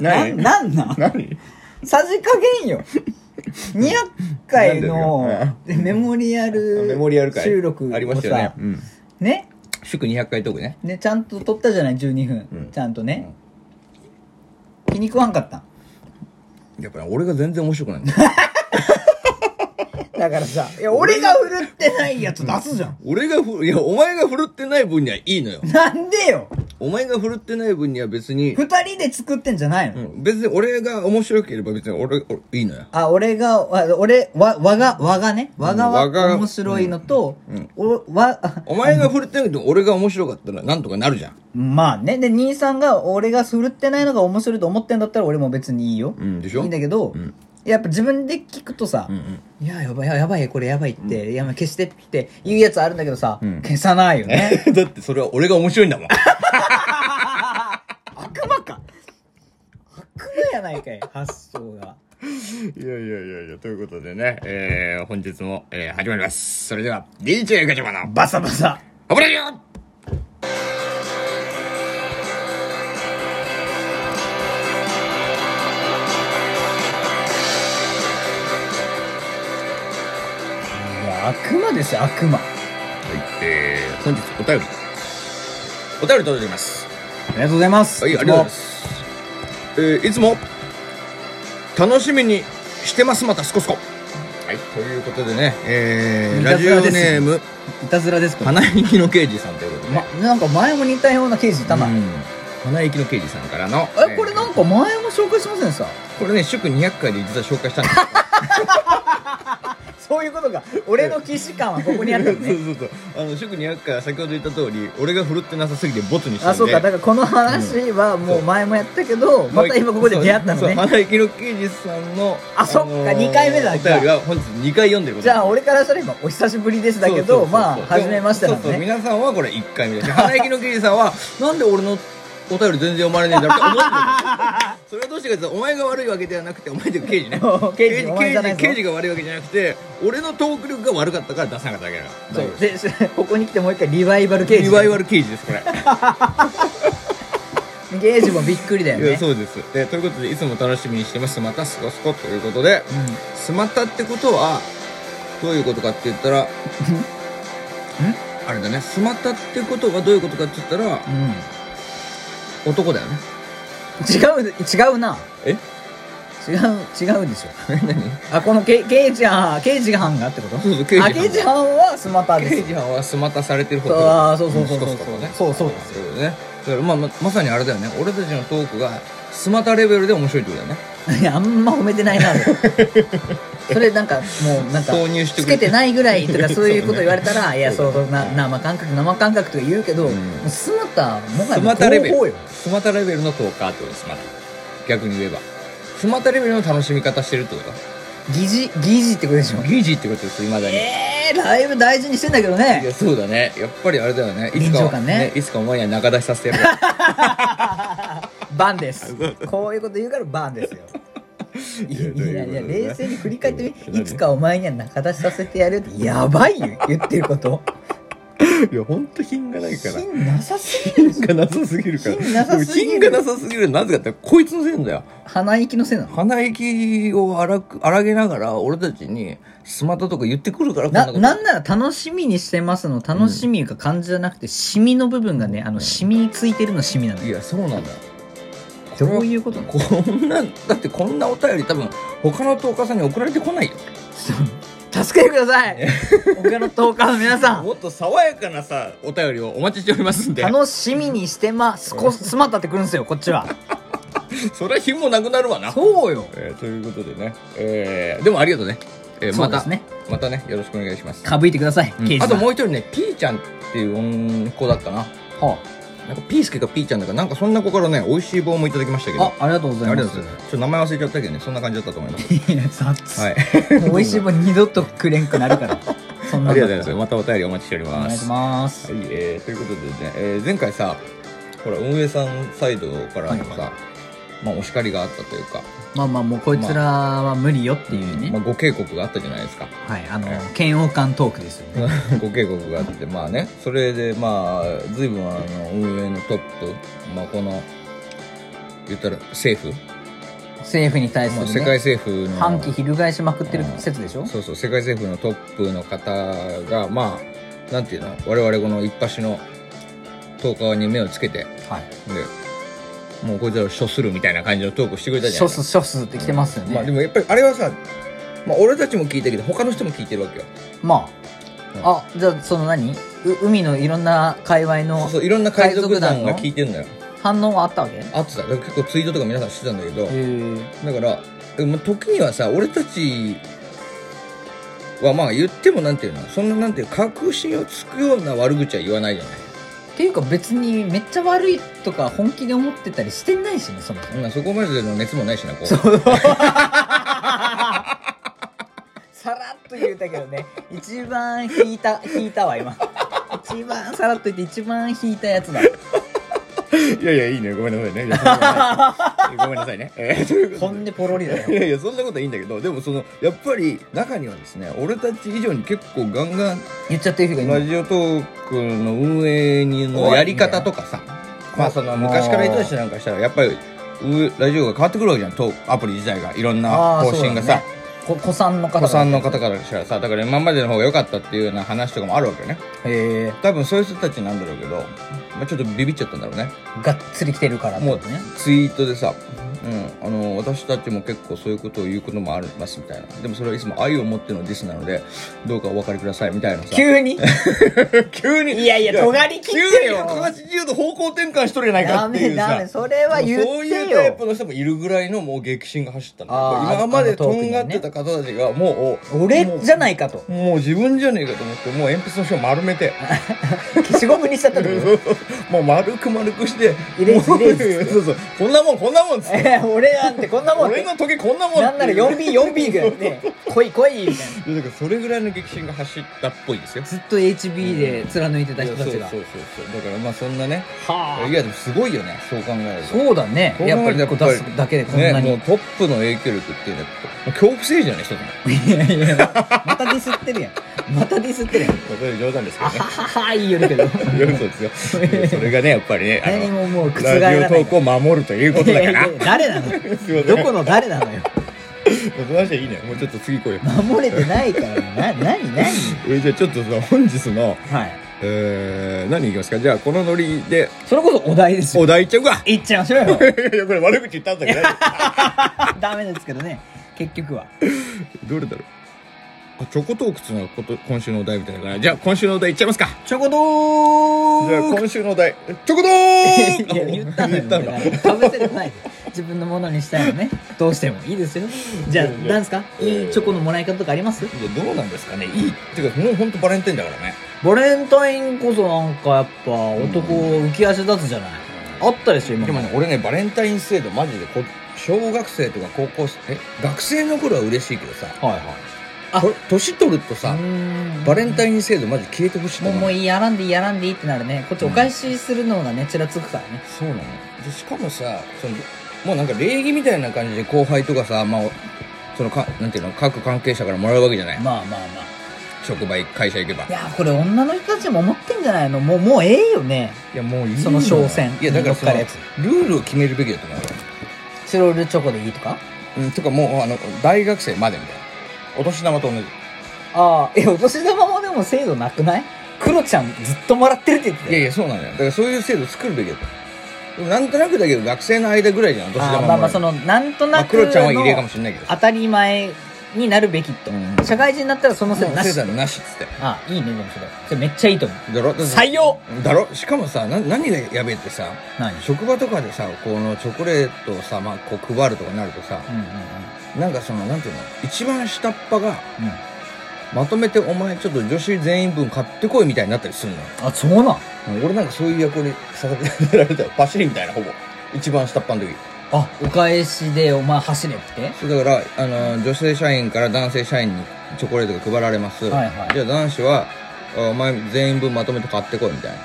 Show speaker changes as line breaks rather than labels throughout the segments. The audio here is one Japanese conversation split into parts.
な
何
なんなん
何
さじ加減よ200回のメモリア
メ
ル
モリアル会
収録
ありま
を
したよね
さ、
うん、
ね
祝200回トークね
ねちゃんと撮ったじゃない12分、
うん
ちゃんとね、気に食わんかった
やっぱり俺が全然面白くないん だよ
だからさいや俺が振るってないやつ出すじゃん、
俺がふいやお前が振るってない分にはいいのよ
なんでよ
お前が振るってない分には別に、
2人で作ってんじゃないの、
うん、別に俺が面白ければ別に俺俺いいのよ
あ、俺が、わ俺、わ、わが、わがね。わが
うんわ
は
が
面白いのと、
うん
お、わ、あ
お前が振るってないと俺が面白かったらなんとかなるじゃん
まあね。で、兄さんが、俺が振るってないのが面白いと思ってんだったら俺も別にいいよ。
うんでしょ
いいんだけど、
うん
やっぱ自分で聞くとさ、
うんうん
いや、やばい、やばい、これやばいって、いや、消してって言うやつあるんだけどさ、
ん
消さないよね。
え だってそれは俺が面白いんだもん
悪魔か。悪魔やないかい、発想が。
いやいやいやいやということでね、えー、本日も、えー、始まりますそれでは DJ ガチャマの
バサバサ。
危ないよ
いや、悪魔ですよ、悪魔。
はい、えー、本日お便りお便り届いています
ありがとうございます。
はいありがとうございますえー、いつも楽しみにしてますまたすこすこはいということでねえー、
い
ラ
たず
ジオ
らです
ネーム
いたずらです、これ。
花行きの刑事さんということで、
ま、なんか前も似たような刑事いたな、
うん花行きの刑事さんからの
えこれなんか前も紹介しませんでした
これね祝200回で実は紹介したんですよ
そういうことが俺の既視感はここ にあったの
そう
ね
そうそうあの祝200回は先ほど言った通り俺が振るってなさすぎてボツにしたん
あ
で
そうかだからこの話はもう前もやったけど、また今ここで出会ったの
そう
ね
花行きの刑事さんの
あそっか
の
二回目だ
お便りは本日2回読んでること
じゃあ俺からすればお久しぶりですだけ
そうそう
ど
そう
まあ
そう
初めましてな
そう
の
そう
ね
皆さんはこれ1回目だし花行きの刑事さんは なんで俺のお便り全然読まれねえんだろうって思ってる それはどうしてかというとお前が悪いわけではなくてお前というか刑事ね
刑 事お前じゃないぞ
刑事が悪いわけじゃなくて俺のトーク力が悪かったから出さなかっただけだから
そうでしここに来てもう一回リバイバル刑事
リバイバル刑事ですこれい
刑事もびっくりだよ ね
やそうですでということでいつも楽しみにしてますまたスコスコということでスマタってことはどういうことかって言っ たらあれだねスマタってことはどういうことかって言ったら
うん、うん
男だよね
違う違うな
え
違う違うでしょ
何
あこのけ刑事あ刑事班がってこと
そうそう刑事班
あ刑事班はスマタです
刑事班はスマタされてる方
そうあーそうそうそうそう
スコスコとね
そうそう
そういうことねだからまあままさにあれだよね俺たちのトークがスマタレベルで面白いってことだよね
いやあんま褒めてないなそれなんかもうなんか
挿入して
つ
くれ
け
て
てないぐらいと かそういうこと
そうね
言われたら、いやそうそうな生感覚生感覚とか言うけど、
うん
もうスマタもは
スマタレ
や
ベ
合法よ
ルスマタレベルのトーカーってことですまだ逆に言えばスマタレベルの楽しみ方してるってこと
疑似疑似ってことでしょ
ギージってことですいまだに
えー、ライブ大事にしてんだけど
い
ね
やそうだねやっぱりあれだよねいつか
臨場
は
感ね
いつかお前には仲出しさせてや るから
バンですこういうこと言うからバンですよいやいやいや冷静に振り返ってみいつかお前には仲出しさせてやるってやばいよ言ってること
いや本当品がないから
品なさすぎる
品がなさすぎるから
品なさすぎる
でも品がなさすぎるなぜかってこいつのせいなんだよ
鼻息のせいなの
鼻息を荒く荒げながら俺たちにスマタとか言ってくるからこんな
な、
こと
なんなら楽しみにしてますの楽しみが漢字じゃなくて、シミの部分がね、あの、シミついてるのシミなの
い。やそうなんだよ
どういうことなの
こんなだってこんなお便り多分他の10日さんに送られてこないよ
助けてください他のトーカーの皆さん
もっと爽やかなさお便りをお待ちしておりますんで
楽しみにしてます。こ、すまったってくるんですよ、こっちは。
そりゃ品もなくなるわな
そうよ。
えーということでね、えーでもありがとうね、えー
そう
ま
で
た
すね。
またねよろしくお願いします、
かぶいてください、
うん
刑事さ
あ
ん。
ともう一人ねピーちゃんっていう子だったななんかピースケかピーちゃんだかなんかそんな子からね美味しい棒もいただきましたけど
あ、ありがとうございます。
ありがとうございますちょっと名前忘れちゃったけどねそんな感じだったと思います
いや、さっ
は
美
い
味しいもん二度とくれんくなるから。そん
あ
なん
り
だ
が
った
と
ら
うござい ますまたお便りお待ちしており
お願
ま
い
す
します。
はい、えーということでね、えー前回さほら運営さんサイドからのさ、まあ、お叱りがあったというか、
まあまあ、もうこいつらは無理よっていうね。
まあ、ご警告があったじゃないで すか
はい、あの、嫌悪感トークですよね。
ご警告があってまあねそれでまあ随分あの運営のトップ、まあ、この言ったら政府
政府に対す
もう
る、ね、
世界政府の
反旗翻しまくってる説でしょ、
そうそう世界政府のトップの方がまあなんていうの我々この一発の10日に目をつけてで
はい
もうこいつらを処するみたいな感じのトークをしてくれたじゃ
シ
な
ョ
い
スショスって来てますよね、
まあでもやっぱりあれはさ、まあ、俺たちも聞いたけど他の人も聞いてるわけよ
まあ、あ、じゃあその何う海のいろんな界隈
そ
の
うそういろんな海賊団
海賊
が
団の
聞いてんだよ
反応はあったわけへ
あってただから結構ツイートとか皆さんしてたんだけど
え
だからでも時にはさ俺たちはまあ言ってもなんていうのそんななんていう確信をつくような悪口は言わないじゃない
っていうか別にめっちゃ悪いとか本気で思ってたりしてないしねそもそも
まあそこまでの熱もないしなこう
さらっと言うたけど ね一番引いた引いたわ今一番さらっと言って一番引いたやつだ
いやいやいいねごめんなさいねいやそんなことないごめんなさいね、えーということで
本音ポロリだ
い
よ
やいやそんなことはいいんだけどでもそのやっぱり中にはですね俺たち以上に結構ガンガン
言っちゃってる人がい
ラ
る
ジオトークの運営人のやり方とかさ、まあその昔から言ってた人なんかしたらやっぱりうラジオが変わってくるわけじゃんトークアプリ自体がいろんな
あー
方針がさ、
こ子さんの方
子さん
の
の方からしたらさだから今までの方が良かったっていうような話とかもあるわけよね
へえ
多分そういう人たちなんだろうけど、まあ、ちょっとビビっちゃったんだろうね
がっつり来てるからって
も
こ
う
とね
ツイートでさ、うん、あの私たちも結構そういうことを言うこともありますみたいなでもそれはいつも愛を持ってのディスなのでどうかお分かりくださいみたい なさ
急に
急に
いやいや尖り切ってよ
急に180度方向転換しとるや ないか
ダ
ってい
メ
うさ
ダメそれは言ってよ
そういうタイプの人もいるぐらいのもう激震が走ったんだ
あー
今ま
あ
で
の
と
トーク
ん
に
が
ね
ってた方たちがもう
俺じゃないかと
もう自分じゃねえかと思ってもう鉛筆の芯を丸 めて
消しゴムにしちゃったってこ
もう丸く丸くして
イレージ
もう
イレー
そうそうこんなもんこんなもんっつっ
と
て
俺なんてこんなもん
俺の時計こんなもんって
なんなら 4B4B ぐらいね来い来いみたいない
やだからそれぐらいの激震が走ったっぽいですよ
ずっと HB で貫いてた人たちが
そうそうそうそうだからまあそんなね
はい
やでもすごいよねそう考えると
そうだね
そう考えると
やっぱりこう出すだけでこんな
ねも
に、
うトップの影響力っていうのはもう恐怖政治じゃない人だね
いやいやまたディスってるやんまたディスってるやん
例えば冗談ですけ
あははは言いよるけど
どねいやそうですよいやそれがねやっぱりね あ
何
の
ももう覆らな
ラ
い
ジオトークを守るということだか
い
ら
やいや誰なの
すいません
どこの誰なのよ
その話はいいねもうちょっと次来いよ
守れてないからな何何
えじゃあちょっとその本日の
はい
えー何いきますかじゃあこのノリで
それこそお題ですよ
お題いっちゃうか
いっちゃいましょうよ
いやいやこれ悪口言ったんだけど
ダメですけどね結局は
どれだろうあチョコトークっつうのがこと今週のお題みたいだからじゃあ今週のお題いっちゃいますか
チョコト
じゃあ
ーク
今週のお題チョコトーク
いや言ったのよ
んだ
だからかぶせてこないで自分のものにしたいのねどうしてもいいですよじゃあ何ですかいいチョコのもらい方とかあります
いやどうなんですかねいいってかもう本当バレンタインだからね
バレンタインこそなんかやっぱ男浮き足立つじゃないあったでしょ今
でもね俺ねバレンタイン制度マジでこ小学生とか高校生え学生の頃は嬉しいけどさ
はいはいあ
これ年取るとさバレンタ
イ
イン制度マジ消えてほしい
もうもう
い
いいやらんでいいやらんでいいってなるねこっちお返しするのがねちらつくからね
そうなのでしかもさそのもうなんか礼儀みたいな感じで後輩とかさまあそのかなんていうの各関係者からもらうわけじゃない
まあまあまあ
職場会社行けば
いやこれ女の人たちも思ってんじゃないのもうもうええよね
いやもういいよ
その商戦
いやだからその
乗っかるや
ルールを決めるべきだと思うよ
チロルチョコでいいとか
うんとかもうあの大学生までみたいなお年玉と同じ
ああえお年玉もでも制度なくないクロちゃんずっともらってるって言ってた
いやい
よ
やそうなのよだからそういう制度作るべきだと思うでもなんとなくだけど学生の間ぐらいじゃんお年玉
あー
も
ま
ら
あ
う
まあそのなんと
ま
な
あ
く
クロちゃんは異例かも
の
しれないけど
当たり前になるべきと、
うん
社会人になったらその制度なし
制度なしっつって
あいいねでもそれそれめっちゃいいと思う
だろだって
採用
だろしかもさな何がやべえってさ
何
職場とかでさこのチョコレートをさ、まあ、こう配るとかなるとさ
うんうんうん
なんかそのなんていうの一番下っ端が
うん
まとめてお前ちょっと女子全員分買ってこいみたいになったりするのよ
あそうなん
俺なんかそういう役割させられたよパシリみたいなほぼ一番下っ端の時
あお返しでお前走れって
それだからあの女性社員から男性社員にチョコレートが配られます、
はいはい
じゃあ男子はあお前全員分まとめて買ってこいみたい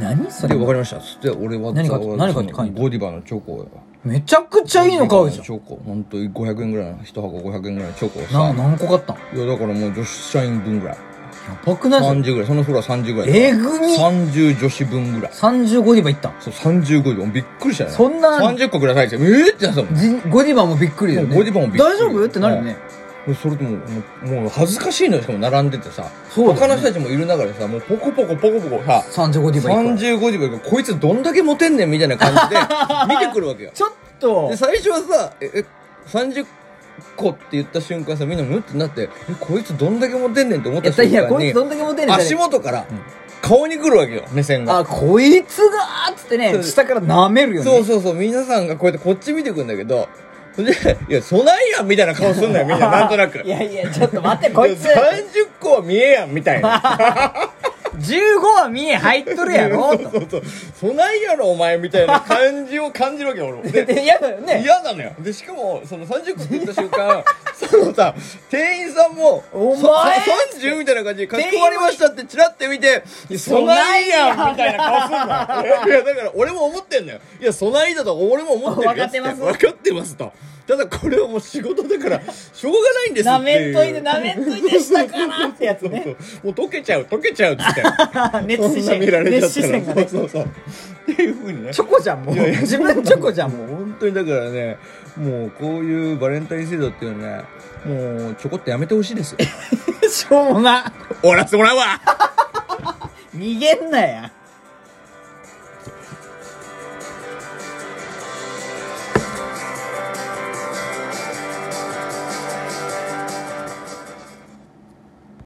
何そ
な
れ
で分かりましたっつって俺は
何買っ
ざわざ
何買って帰んの
ゴディバのチョコを
めちゃくちゃいいの買うじゃん
チョコ本当に500円ぐらいの一箱500円ぐらいのチョコをさ
な何個買ったん
いやだからもう女子社員分ぐらい
やばくないですか
30ぐらいその頃は30ぐらい
えぐみ
30女子分ぐらい
35ディバ行った
そう35秒びっくりしたね
そんな
30個ぐらい入ってえーってなったもん
じゴディバもびっくりだよね
もうゴディバもびっくり
大丈夫ってなるよね
もうそれでももうもう恥ずかしいのよしかも並んでてさ、
そうだよね
他の人たちもいる中でさもうポコポコポコポコさ
35ディバ行った
35時からこいつどんだけモテんねんみたいな感 じで見てくるわけよ
ちょっと
で最初はさええ30個って言った瞬間さみんなムッてなってえこいつどんだけモテんねんって思っ
いや
た
いやい
瞬
やこ
間
い
に
つどんだけモテるん
足元から顔に来るわけよ目線が
あこいつがーっつって
そ
ね
う
下から舐めるよね
そうそうそう皆さんがこうやってこっち見てくんだけど それで「いやそないやん」みたいな顔すんだよ みんななんとなく
いやいやちょっと待 ってこいつ
30個は見えやんみた いな
15は見え入っとるやろと
そうそうそないやろお前みたいな感じを感じるわけよ俺もで
で嫌だよね
嫌なのよでしかもその30個って言った瞬間 そのさ店員さんも「
お前
そそ30」みたいな感じで「かしこまりました」ってチラって見て「いやそないやん」みたいな顔すん だいやだから俺も思ってんのよ「いやそないだ」と俺も思ってるよ
分かってます
分かってますとただこれはもう仕事だからしょうがないんです
な
って
め
い
ん
う
といてなめんといて下からってやつね
そうそうもう溶けちゃう溶けちゃうっつって
熱
そん
視
な
線
見られちゃ
熱
った
視
ら
線がね
そうそうそうっていうふうにね
チョコじゃんもう
いやいや
自分チョコじゃんも
も
う
う本当にだからねもうこういうバレンタイン制度っていうのはねもうちょこっとやめてほしいです よ
しょうもな
終わらせてもらうわ
逃げんなや